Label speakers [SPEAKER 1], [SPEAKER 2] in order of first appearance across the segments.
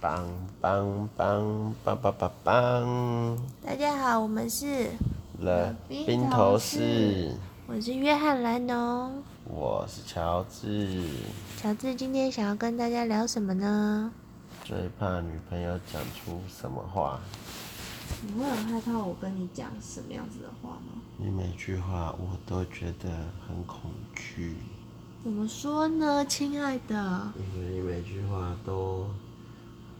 [SPEAKER 1] 梆梆梆梆梆梆梆，
[SPEAKER 2] 大家好，我们是，
[SPEAKER 1] 了
[SPEAKER 2] 冰
[SPEAKER 1] 冰
[SPEAKER 2] 头
[SPEAKER 1] 头
[SPEAKER 2] 士
[SPEAKER 1] 士，
[SPEAKER 2] 我是约翰兰农。
[SPEAKER 1] 我是乔治，
[SPEAKER 2] 乔治今天想要跟大家聊什么呢？
[SPEAKER 1] 最怕女朋友讲出什么话，
[SPEAKER 3] 你会很害怕我跟你讲什么样子的话吗？
[SPEAKER 1] 你每句话我都觉得很恐惧，
[SPEAKER 2] 怎么说呢，亲爱的？
[SPEAKER 1] 因为你每句话都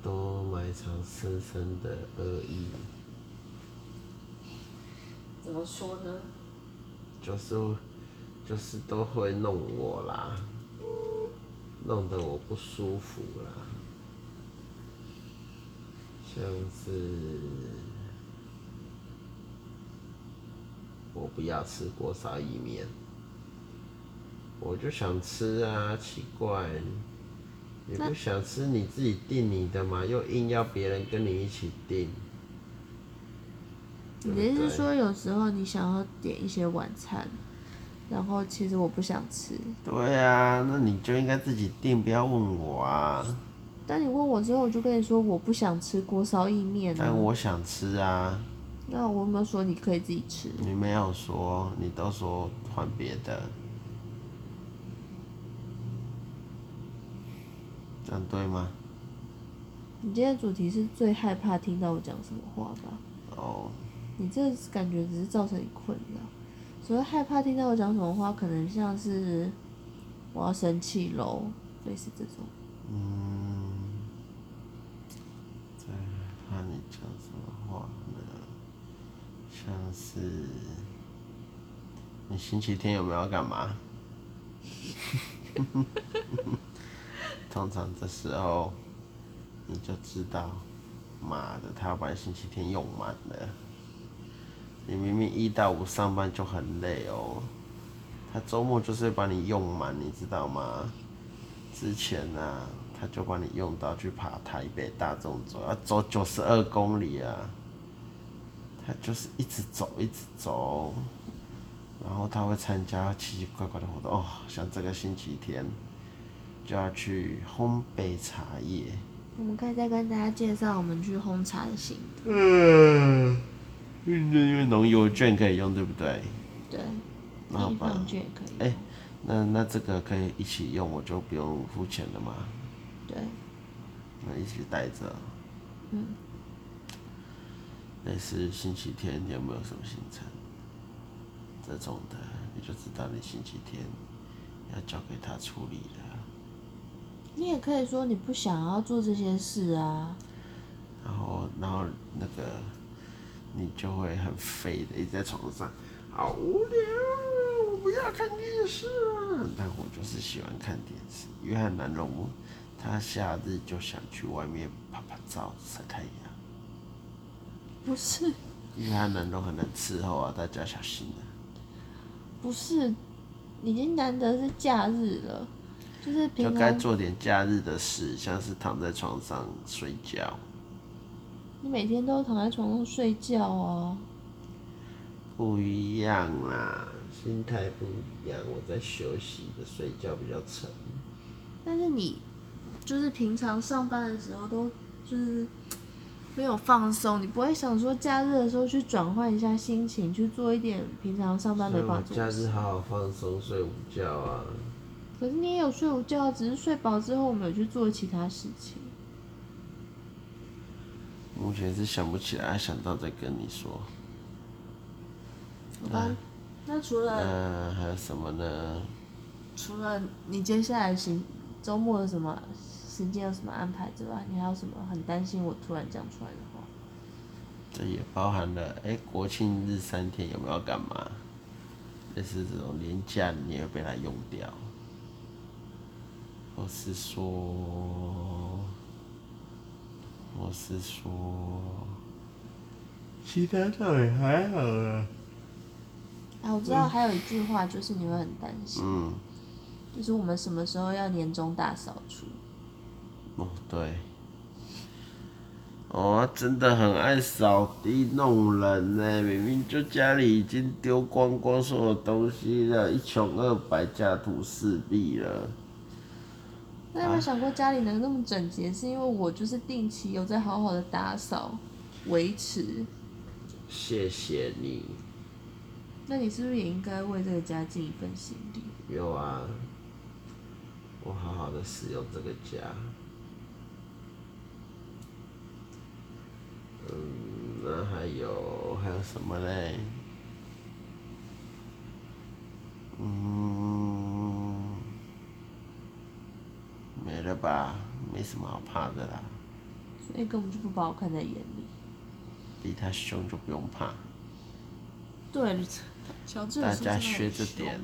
[SPEAKER 1] 都埋藏深深的恶意，
[SPEAKER 3] 怎么说呢？
[SPEAKER 1] 就是就是都会弄我啦，弄得我不舒服啦，像是我不要吃锅烧意面，我就想吃啊，奇怪。你不想吃你自己订你的嘛，又硬要别人跟你一起订，
[SPEAKER 3] 你的意思是说，有时候你想要点一些晚餐，然后其实我不想吃，
[SPEAKER 1] 对啊，那你就应该自己订，不要问我啊。
[SPEAKER 3] 但你问我之后，我就跟你说我不想吃锅烧意面啊
[SPEAKER 1] 但。哎我想吃啊，
[SPEAKER 3] 那我有没有说你可以自己吃？
[SPEAKER 1] 你没有说，你都说换别的，这样对吗？
[SPEAKER 3] 你今天的主题是最害怕听到我讲什么话吧？
[SPEAKER 1] 哦，
[SPEAKER 3] 你这感觉只是造成你困扰。所谓害怕听到我讲什么话，可能像是我要生气喽，类似这种。
[SPEAKER 1] 嗯，对，怕你讲什么话呢？像是你星期天有没有要干嘛？通常这时候你就知道，妈的，他要把你星期天用满了。你明明一到五上班就很累哦，他周末就是会把你用满，你知道吗？之前呢、啊，他就把你用到去爬台北大众走，要走九十二公里啊。他就是一直走，一直走，然后他会参加奇奇怪怪的活动哦，像这个星期天就要去烘焙茶叶。
[SPEAKER 3] 我们可以再跟大家介绍我们去烘茶的行为。
[SPEAKER 1] 嗯，因为因为农油券可以用，对不对？
[SPEAKER 3] 对，
[SPEAKER 1] 那好
[SPEAKER 3] 地
[SPEAKER 1] 吧
[SPEAKER 3] 方券也可以。
[SPEAKER 1] 哎、那那这个可以一起用，我就不用付钱了嘛。
[SPEAKER 3] 对，
[SPEAKER 1] 那一起带着。
[SPEAKER 3] 嗯。
[SPEAKER 1] 类似星期天你有没有什么行程？这种的你就知道你星期天要交给他处理了。
[SPEAKER 3] 你也可以说你不想要做这些事啊。
[SPEAKER 1] 然后，然后那个你就会很废的，一直在床上，好无聊，我不要看电视啊。但我就是喜欢看电视。约翰南龙，他夏日就想去外面拍拍照、晒太阳。
[SPEAKER 3] 不是，
[SPEAKER 1] 约翰南龙很难伺候啊，大家小心啊。
[SPEAKER 3] 不是，已经难得是假日了，就是
[SPEAKER 1] 就
[SPEAKER 3] 平
[SPEAKER 1] 该
[SPEAKER 3] 常
[SPEAKER 1] 做点假日的事，像是躺在床上睡觉。
[SPEAKER 3] 你每天都躺在床上睡觉啊。
[SPEAKER 1] 不一样啦，心态不一样。我在休息的睡觉比较沉。
[SPEAKER 3] 但是你就是平常上班的时候都就是没有放松，你不会想说假日的时候去转换一下心情，去做一点平常上班
[SPEAKER 1] 所
[SPEAKER 3] 没
[SPEAKER 1] 以我
[SPEAKER 3] 办法做
[SPEAKER 1] 啊假
[SPEAKER 3] 的
[SPEAKER 1] 日
[SPEAKER 3] 事。
[SPEAKER 1] 好好放松，睡午觉啊。
[SPEAKER 3] 可是你也有睡午觉，只是睡饱之后我们有去做其他事情。
[SPEAKER 1] 哎目前是想不起来，想到再跟你说。
[SPEAKER 3] 好吧，那除了、
[SPEAKER 1] 那还有什么呢？
[SPEAKER 3] 除了你接下来行周末有什么时间有什么安排之外，你还有什么很担心我突然讲出来的话？
[SPEAKER 1] 这也包含了，哎、国庆日三天有没有要干嘛？类似这种廉价，你也会被它用掉，或是说，或是说，其他倒也还好啦。
[SPEAKER 3] 啊，我知道还有一句话就是你会很担心，
[SPEAKER 1] 嗯，
[SPEAKER 3] 就是我们什么时候要年终大扫除？
[SPEAKER 1] 哦对，哦，真的很爱扫地弄人呢，明明就家里已经丢光光所有东西了，一穷二白，家徒四壁了。
[SPEAKER 3] 那有没有想过家里能那么整洁，是因为我就是定期有在好好的打扫维持？
[SPEAKER 1] 谢谢你，
[SPEAKER 3] 那你是不是也应该为这个家尽一份心力？
[SPEAKER 1] 有啊，我好好的使用这个家。嗯，那还有还有什么嘞？嗯，没了吧，没什么好怕的啦，
[SPEAKER 3] 所以根本就不把我看在眼里。
[SPEAKER 1] 比他凶就不用怕。
[SPEAKER 3] 对，乔治
[SPEAKER 1] 大
[SPEAKER 3] 有时候真的
[SPEAKER 1] 家
[SPEAKER 3] 很
[SPEAKER 1] 学着
[SPEAKER 3] 凶
[SPEAKER 1] 点，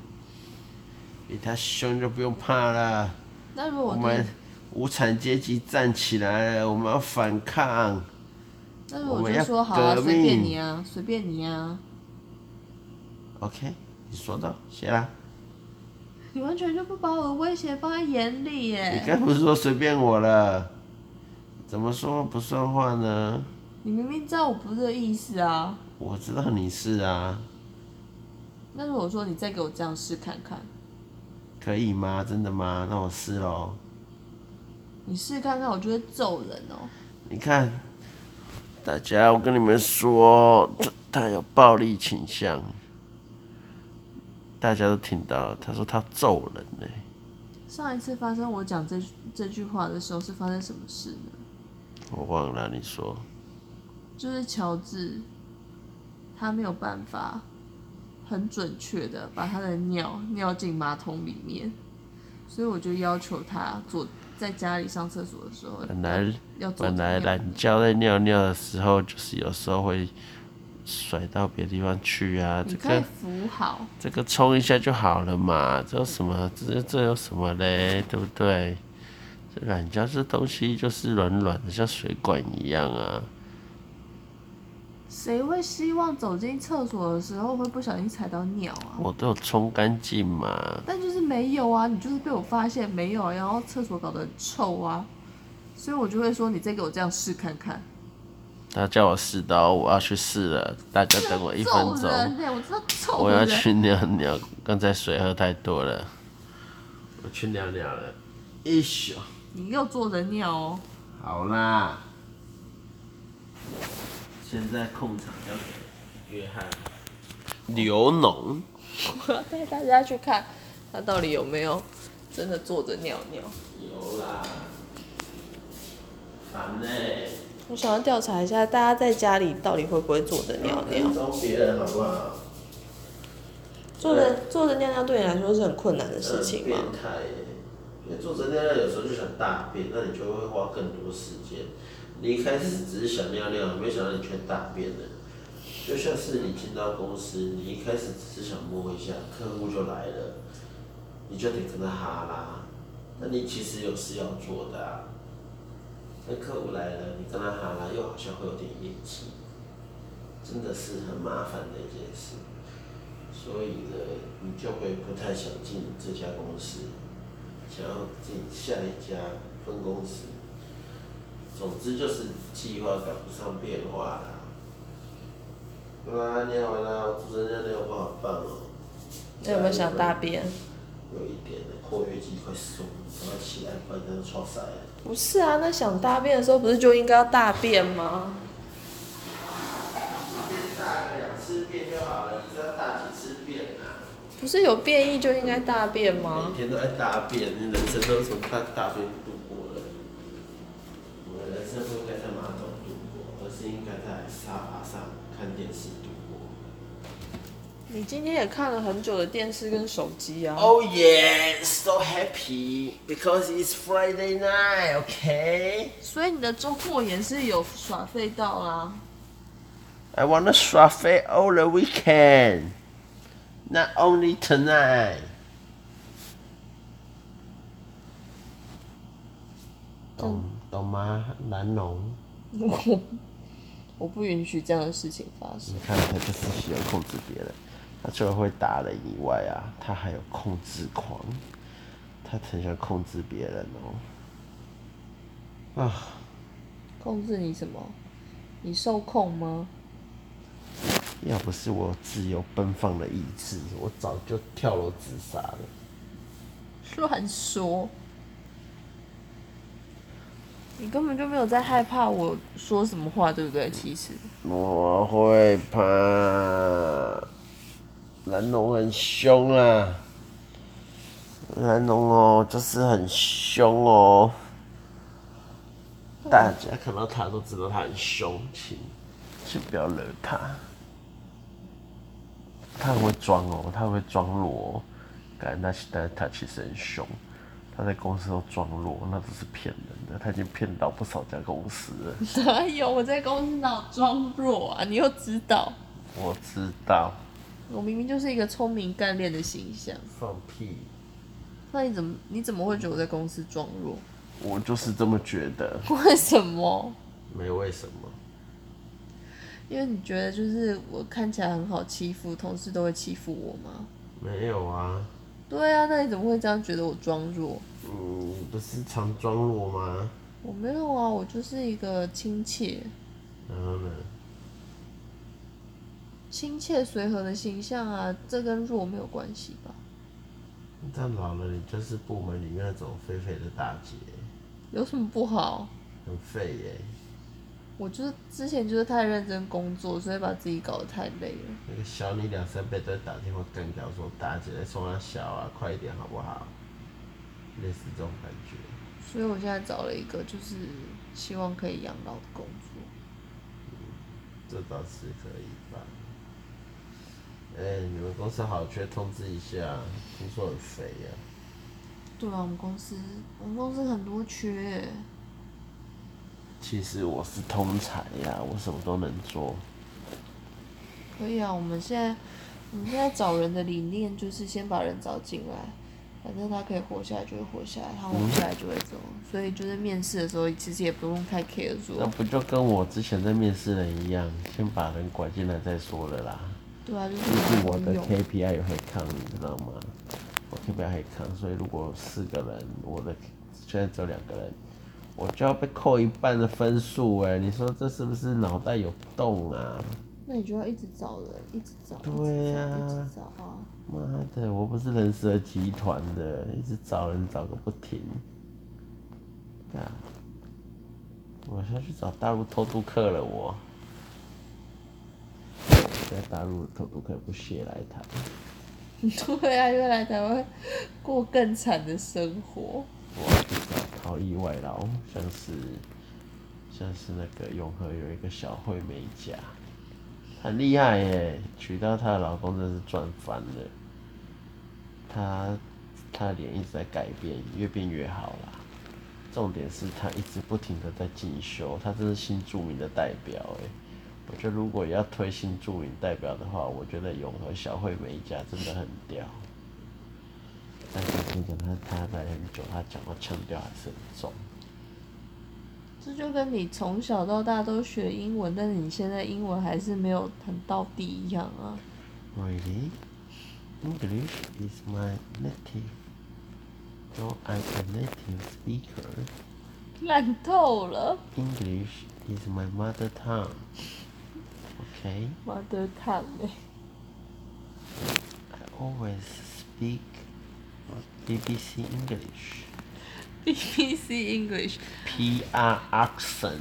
[SPEAKER 1] 比他凶就不用怕了。
[SPEAKER 3] 那如果
[SPEAKER 1] 我
[SPEAKER 3] 我
[SPEAKER 1] 们
[SPEAKER 3] 对，
[SPEAKER 1] 无产阶级站起来了，我们要反抗。
[SPEAKER 3] 那如果
[SPEAKER 1] 我
[SPEAKER 3] 我
[SPEAKER 1] 们
[SPEAKER 3] 就
[SPEAKER 1] 要
[SPEAKER 3] 说好啊，
[SPEAKER 1] 革
[SPEAKER 3] 随便
[SPEAKER 1] 命
[SPEAKER 3] 你啊，随便你啊，
[SPEAKER 1] OK，你说的，谢啊啦。
[SPEAKER 3] 你完全就不把我的威胁放在眼里
[SPEAKER 1] 你
[SPEAKER 3] 耶！
[SPEAKER 1] 刚不是说随便我了？怎么说不算话呢？
[SPEAKER 3] 你明明知道我不是这个意思啊。
[SPEAKER 1] 我知道你是啊，
[SPEAKER 3] 那如果说你再给我这样试看看，
[SPEAKER 1] 可以吗？真的吗？那我试喽。
[SPEAKER 3] 你试看看，我就会揍人哦。
[SPEAKER 1] 你看，大家，我跟你们说，他他有暴力倾向，大家都听到了。他说他揍人呢、
[SPEAKER 3] 上一次发生我讲这这句话的时候是发生什么事呢？
[SPEAKER 1] 我忘了。你说
[SPEAKER 3] 就是乔治，他没有办法很准确的把他的尿尿进马桶里面，所以我就要求他做在家里上厕所的时候，
[SPEAKER 1] 本来
[SPEAKER 3] 要做
[SPEAKER 1] 本来懒觉在尿尿的时候，就是有时候会甩到别的地方去啊。
[SPEAKER 3] 你
[SPEAKER 1] 这
[SPEAKER 3] 可以
[SPEAKER 1] 个
[SPEAKER 3] 扶好，
[SPEAKER 1] 这个冲一下就好了嘛，这有什么这这有什么嘞？对不对？这懒觉这东西就是软软的，像水管一样啊。
[SPEAKER 3] 谁会希望走进厕所的时候会不小心踩到尿啊？
[SPEAKER 1] 我都有冲干净嘛。
[SPEAKER 3] 但就是没有啊，你就是被我发现没有啊，然后厕所搞得很臭啊，所以我就会说你再给我这样试看看，
[SPEAKER 1] 他叫我试刀，我要去试了。大家等我一分
[SPEAKER 3] 揍人
[SPEAKER 1] 钟，
[SPEAKER 3] 呢、我真的臭
[SPEAKER 1] 我
[SPEAKER 3] 人。
[SPEAKER 1] 要去尿尿。刚才水喝太多了，我去尿尿了。一宿。
[SPEAKER 3] 你又做人尿哦，
[SPEAKER 1] 好啦，现在控场交给约翰。刘农，
[SPEAKER 3] 我要带大家去看他到底有没有真的坐着尿尿。
[SPEAKER 1] 有啦，烦呢、
[SPEAKER 3] 我想要调查一下大家在家里到底会不会坐着尿尿
[SPEAKER 1] 跟。踪别人好不好？
[SPEAKER 4] 坐着坐着尿尿对你来说是很困难的事情吗？
[SPEAKER 1] 呃很变态欸耶、因为坐着尿尿有时候就想大便，那你就会花更多时间。你一开始只是想尿尿，没想到你却大便了。就像是你进到公司，你一开始只是想摸一下，客户就来了，你就得跟他哈拉。那你其实有事要做的啊。那客户来了，你跟他哈拉，又好像会有点业绩，真的是很麻烦的一件事。所以呢，你就会不太想进这家公司，想要进下一家分公司。总之就是计划赶不上变化啦。哇，尿完啦，主持人尿尿不好棒哦。
[SPEAKER 4] 那有没有想大？便？
[SPEAKER 1] 有一点的括约肌快松，赶快起来，不然真的超塞了。
[SPEAKER 4] 不是啊，那想大便的时候不是就应该要大便吗？
[SPEAKER 1] 大概两次便就好了，你知道大几次便啊？
[SPEAKER 4] 不是有便意就应该大便吗
[SPEAKER 1] 每？天都在大便，你人生都从大大便度过了。我的人生不应该在马桶度过，而是应该在沙发上看电视度过。
[SPEAKER 4] 你今天也看了很久的电视跟手机
[SPEAKER 3] 哦
[SPEAKER 4] 啊。
[SPEAKER 1] Oh yeah, so happy because it's Friday night, okay?
[SPEAKER 3] 所以你的周末也是有耍废到啦。
[SPEAKER 1] I wanna surfeit all the weekend, not only tonight. 懂懂吗，蓝龙？
[SPEAKER 3] 我我不允许这样的事情发生
[SPEAKER 1] 你。看他就是喜欢控制别人，他除了会打人以外啊，他还有控制狂，他很喜欢控制别人哦。啊，
[SPEAKER 3] 控制你什么？你受控吗？
[SPEAKER 1] 要不是我自由奔放的意志，我早就跳楼自杀了。
[SPEAKER 3] 乱说！你根本就没有在害怕我说什么话，对不对？其实
[SPEAKER 1] 我会怕蓝龙很凶啊，蓝龙哦，就是很凶哦。大家看到他都知道他很凶，请请不要惹他。他很会装哦，他很会装弱、哦，但他但他其实很凶。他在公司都装弱，那只是骗人的。他已经骗到不少家公司了。
[SPEAKER 3] 哪有我在公司哪有装弱啊？你又知道，
[SPEAKER 1] 我知道，
[SPEAKER 3] 我明明就是一个聪明干练的形象。
[SPEAKER 1] 放屁！
[SPEAKER 3] 那你怎么你怎么会觉得我在公司装弱？
[SPEAKER 1] 我就是这么觉得，
[SPEAKER 3] 为什么？
[SPEAKER 1] 没为什么。
[SPEAKER 3] 因为你觉得就是我看起来很好欺负，同事都会欺负我吗？
[SPEAKER 1] 没有啊，
[SPEAKER 3] 对啊，那你怎么会这样觉得我装弱？
[SPEAKER 1] 嗯，你不是常装弱吗？
[SPEAKER 3] 我没有啊，我就是一个亲切、
[SPEAKER 1] 然后呢？
[SPEAKER 3] 亲切随和的形象啊，这跟弱没有关系吧？
[SPEAKER 1] 这样老了，你就是部门里面那种肥肥的大姐，
[SPEAKER 3] 有什么不好？
[SPEAKER 1] 很废耶、
[SPEAKER 3] 我就是之前就是太认真工作，所以把自己搞得太累了。
[SPEAKER 1] 那个小你两三倍都会打电话干掉，说大姐在送她小啊，快一点好不好？类似这种感觉。
[SPEAKER 3] 所以我现在找了一个就是希望可以养老的工作。
[SPEAKER 1] 这倒是可以吧。哎、你们公司好缺，通知一下。听说很肥啊呀、
[SPEAKER 3] 对啊，我们公司我们公司很多缺欸，
[SPEAKER 1] 其实我是通才呀、我什么都能做。
[SPEAKER 3] 可以啊。我们现在我们现在找人的理念就是先把人找进来，反正他可以活下来就会活下来，他活不下来就会走。所以就是面试的时候，其实也不用太 care
[SPEAKER 1] 那
[SPEAKER 3] 说，
[SPEAKER 1] 不就跟我之前在面试人一样，先把人拐进来再说了啦。
[SPEAKER 3] 对啊，就是
[SPEAKER 1] 毕竟我的
[SPEAKER 3] 有
[SPEAKER 1] KPI 有黑康，你知道吗？我 KPI 黑康，所以如果四个人，我的现在只有两个人，我就要被扣一半的分数哎、你说这是不是脑袋有洞啊？
[SPEAKER 3] 那你就要一直找人，一直找，一直找
[SPEAKER 1] 对啊
[SPEAKER 3] 一直找啊。
[SPEAKER 1] 妈的，我不是人蛇集团的，一直找人找个不停。啊！我要去找大陆偷渡客了，我。在大陆偷渡客不屑来台，
[SPEAKER 3] 对啊，因 为来台湾过更惨的生活。
[SPEAKER 1] 我要去找逃逸外劳，像是像是那个永和有一个小惠美甲，很厉害耶，娶到她的老公真是赚翻了。她她的脸一直在改变，越变越好啦。重点是她一直不停的在进修，她真是新著名的代表哎。我觉得如果要推新著名代表的话，我觉得永和小惠美甲真的很屌。但是我跟你讲，她她来很久，她讲话腔调还是很重。
[SPEAKER 3] 这就跟你从小到大都学英文，但是你现在英文还是没有很到底一样啊。
[SPEAKER 1] Really? English is my native. Though I'm a native speaker,
[SPEAKER 3] 烂透了
[SPEAKER 1] English is my mother tongue. Okay?
[SPEAKER 3] ，mother tongue 欸
[SPEAKER 1] I always speak BBC English.
[SPEAKER 3] BBC English。
[SPEAKER 1] PR accent.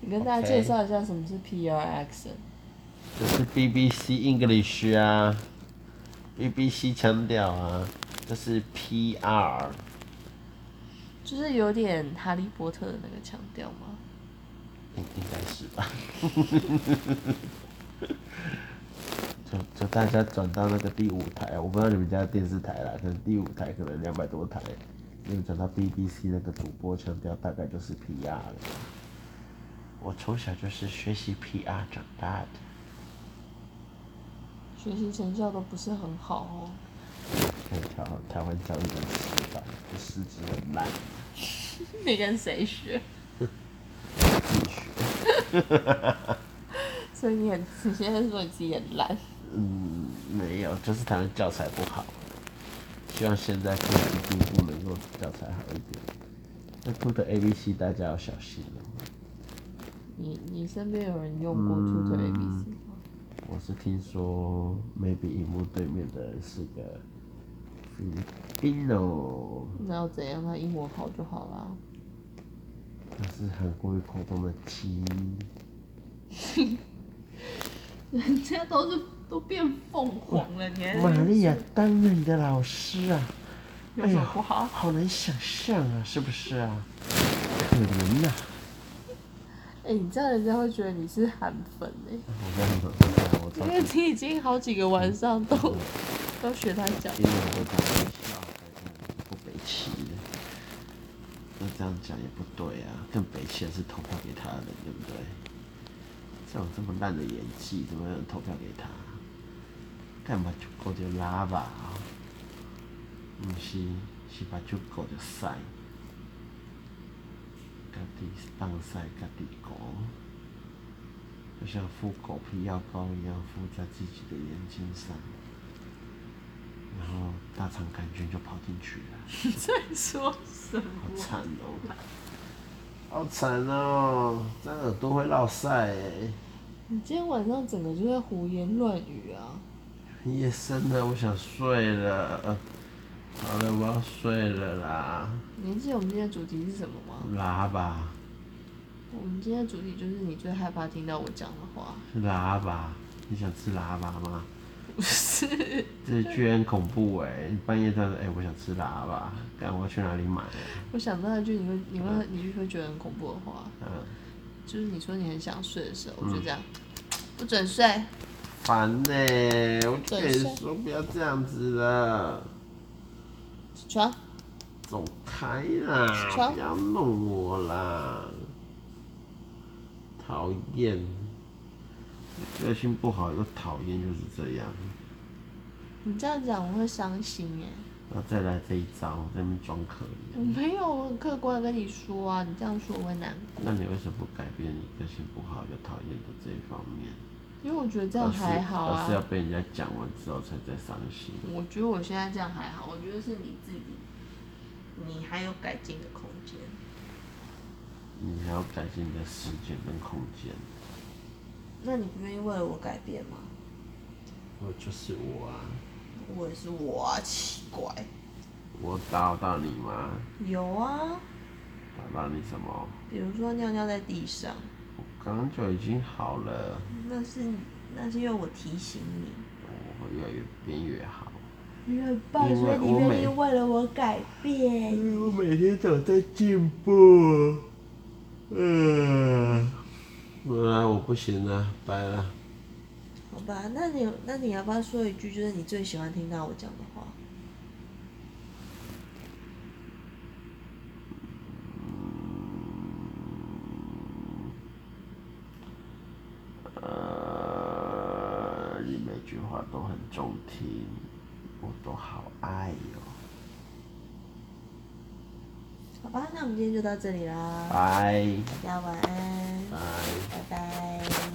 [SPEAKER 3] 你跟大家
[SPEAKER 1] OK
[SPEAKER 3] 介绍一下什么是 PR accent。
[SPEAKER 1] 这是 BBC English 啊，BBC 强调啊，这是 PR。
[SPEAKER 3] 就是有点哈利波特的那个腔调吗？
[SPEAKER 1] 应应该是吧。就就大家转到那个第五台，啊我不知道你们家电视台啦，可能第五台可能两百多台，你们转到 BBC 那个主播腔调大概就是 PR 了。我从小就是学习 PR 长大的，
[SPEAKER 3] 学习成效都不是很好哦。
[SPEAKER 1] 可以台湾台湾教育的失败，这师资很烂，
[SPEAKER 3] 你跟谁学？
[SPEAKER 1] 自己学。
[SPEAKER 3] 所以你很，你现在说你自己很烂。
[SPEAKER 1] 嗯，没有，就是台湾教材不好。希望现在科技进步能够教材好一点。那 Put A B C 大家要小心了。
[SPEAKER 3] 你你身边有人用过 Tutor ABC 吗？
[SPEAKER 1] 我是听说 maybe 荧幕对面的人是个菲律宾哦，
[SPEAKER 3] 那要怎样？他英文好就好啦。
[SPEAKER 1] 是韩国语口中的“鸡
[SPEAKER 3] 人家都是都变凤凰了，你”。还
[SPEAKER 1] 玛利亚担任你的老师啊，
[SPEAKER 3] 有什么不好？
[SPEAKER 1] 好难想象啊，是不是啊？可怜呐、
[SPEAKER 3] 哎、你这样人家会觉得你是韩粉哎、
[SPEAKER 1] 我没有很懂，我操
[SPEAKER 3] 因！为你已经好几个晚上都都学他讲，
[SPEAKER 1] 因为我都在北校，不北齐的。那这样讲也不对啊，更北齐的是投票给他的，对不对？像我这么烂的演技，怎么有人投票给他？干嘛就狗就拉吧啊？不是，是把就狗就晒，家己当晒家己狗，就像敷狗皮药膏一样敷在自己的眼睛上。然后大肠杆菌就跑进去了，
[SPEAKER 3] 你 在说什么？
[SPEAKER 1] 好惨哦、好惨哦、这样耳朵会落塞哎、
[SPEAKER 3] 你今天晚上整个就在胡言乱语啊！
[SPEAKER 1] 夜深了，我想睡了，好了，我要睡了啦，
[SPEAKER 3] 你还记得我们今天的主题是什么吗？
[SPEAKER 1] 拉吧，
[SPEAKER 3] 我们今天的主题就是你最害怕听到我讲的话，
[SPEAKER 1] 是拉吧，你想吃拉吧吗？
[SPEAKER 3] 不是？
[SPEAKER 1] 这居然恐怖哎、你半夜突然说，哎、我想吃拉吧，干我要去哪里买、啊
[SPEAKER 3] 我想到一句你会你会你会觉得很恐怖的话，
[SPEAKER 1] 嗯，
[SPEAKER 3] 就是你说你很想睡的时候，我就这样，不准睡。
[SPEAKER 1] 烦呢、我就跟
[SPEAKER 3] 对
[SPEAKER 1] 你说不要这样子了。
[SPEAKER 3] 起床，
[SPEAKER 1] 走开啦！
[SPEAKER 3] 床
[SPEAKER 1] 不要弄我啦！讨厌，个性不好又讨厌，就是这样。
[SPEAKER 3] 你这样讲我会伤心哎、
[SPEAKER 1] 然后再来这一招，在那边装可怜。
[SPEAKER 3] 我没有，我很客观的跟你说啊，你这样说我会难过，
[SPEAKER 1] 那你为什么不改变你个性不好又讨厌的这一方面？
[SPEAKER 3] 因为我觉得这
[SPEAKER 1] 而
[SPEAKER 3] 样
[SPEAKER 1] 是
[SPEAKER 3] 还好
[SPEAKER 1] 而是要
[SPEAKER 3] 啊。
[SPEAKER 1] 被人家讲完之后才在伤心。
[SPEAKER 3] 我觉得我现在这样还好，我觉得是你自己，你还有改进的空间。
[SPEAKER 1] 你还要改进你的时间跟空间。
[SPEAKER 3] 那你不愿意为了我改变吗？
[SPEAKER 1] 我就是我啊！
[SPEAKER 3] 我也是我啊，奇怪。
[SPEAKER 1] 我打扰到你吗？
[SPEAKER 3] 有啊，
[SPEAKER 1] 打扰你什么？
[SPEAKER 3] 比如说尿尿在地上，
[SPEAKER 1] 我刚刚就已经好了。
[SPEAKER 3] 那是那是因为我提醒你，
[SPEAKER 1] 我会越来越变越好。
[SPEAKER 3] 因为棒，
[SPEAKER 1] 因为
[SPEAKER 3] 所以你
[SPEAKER 1] 我
[SPEAKER 3] 愿意
[SPEAKER 1] 每
[SPEAKER 3] 为了我改变。
[SPEAKER 1] 因为我每天都在进步。啊嗯，啊，我不行了，拜了。
[SPEAKER 3] 好吧，那你那你要不要说一句，就是你最喜欢听到我讲的话？
[SPEAKER 1] 呃，你每句话都很中听，我都好爱哦哟、
[SPEAKER 3] 好吧，那我们今天就到这里啦，
[SPEAKER 1] 拜
[SPEAKER 3] 大家晚安，
[SPEAKER 1] 拜。
[SPEAKER 3] 拜拜。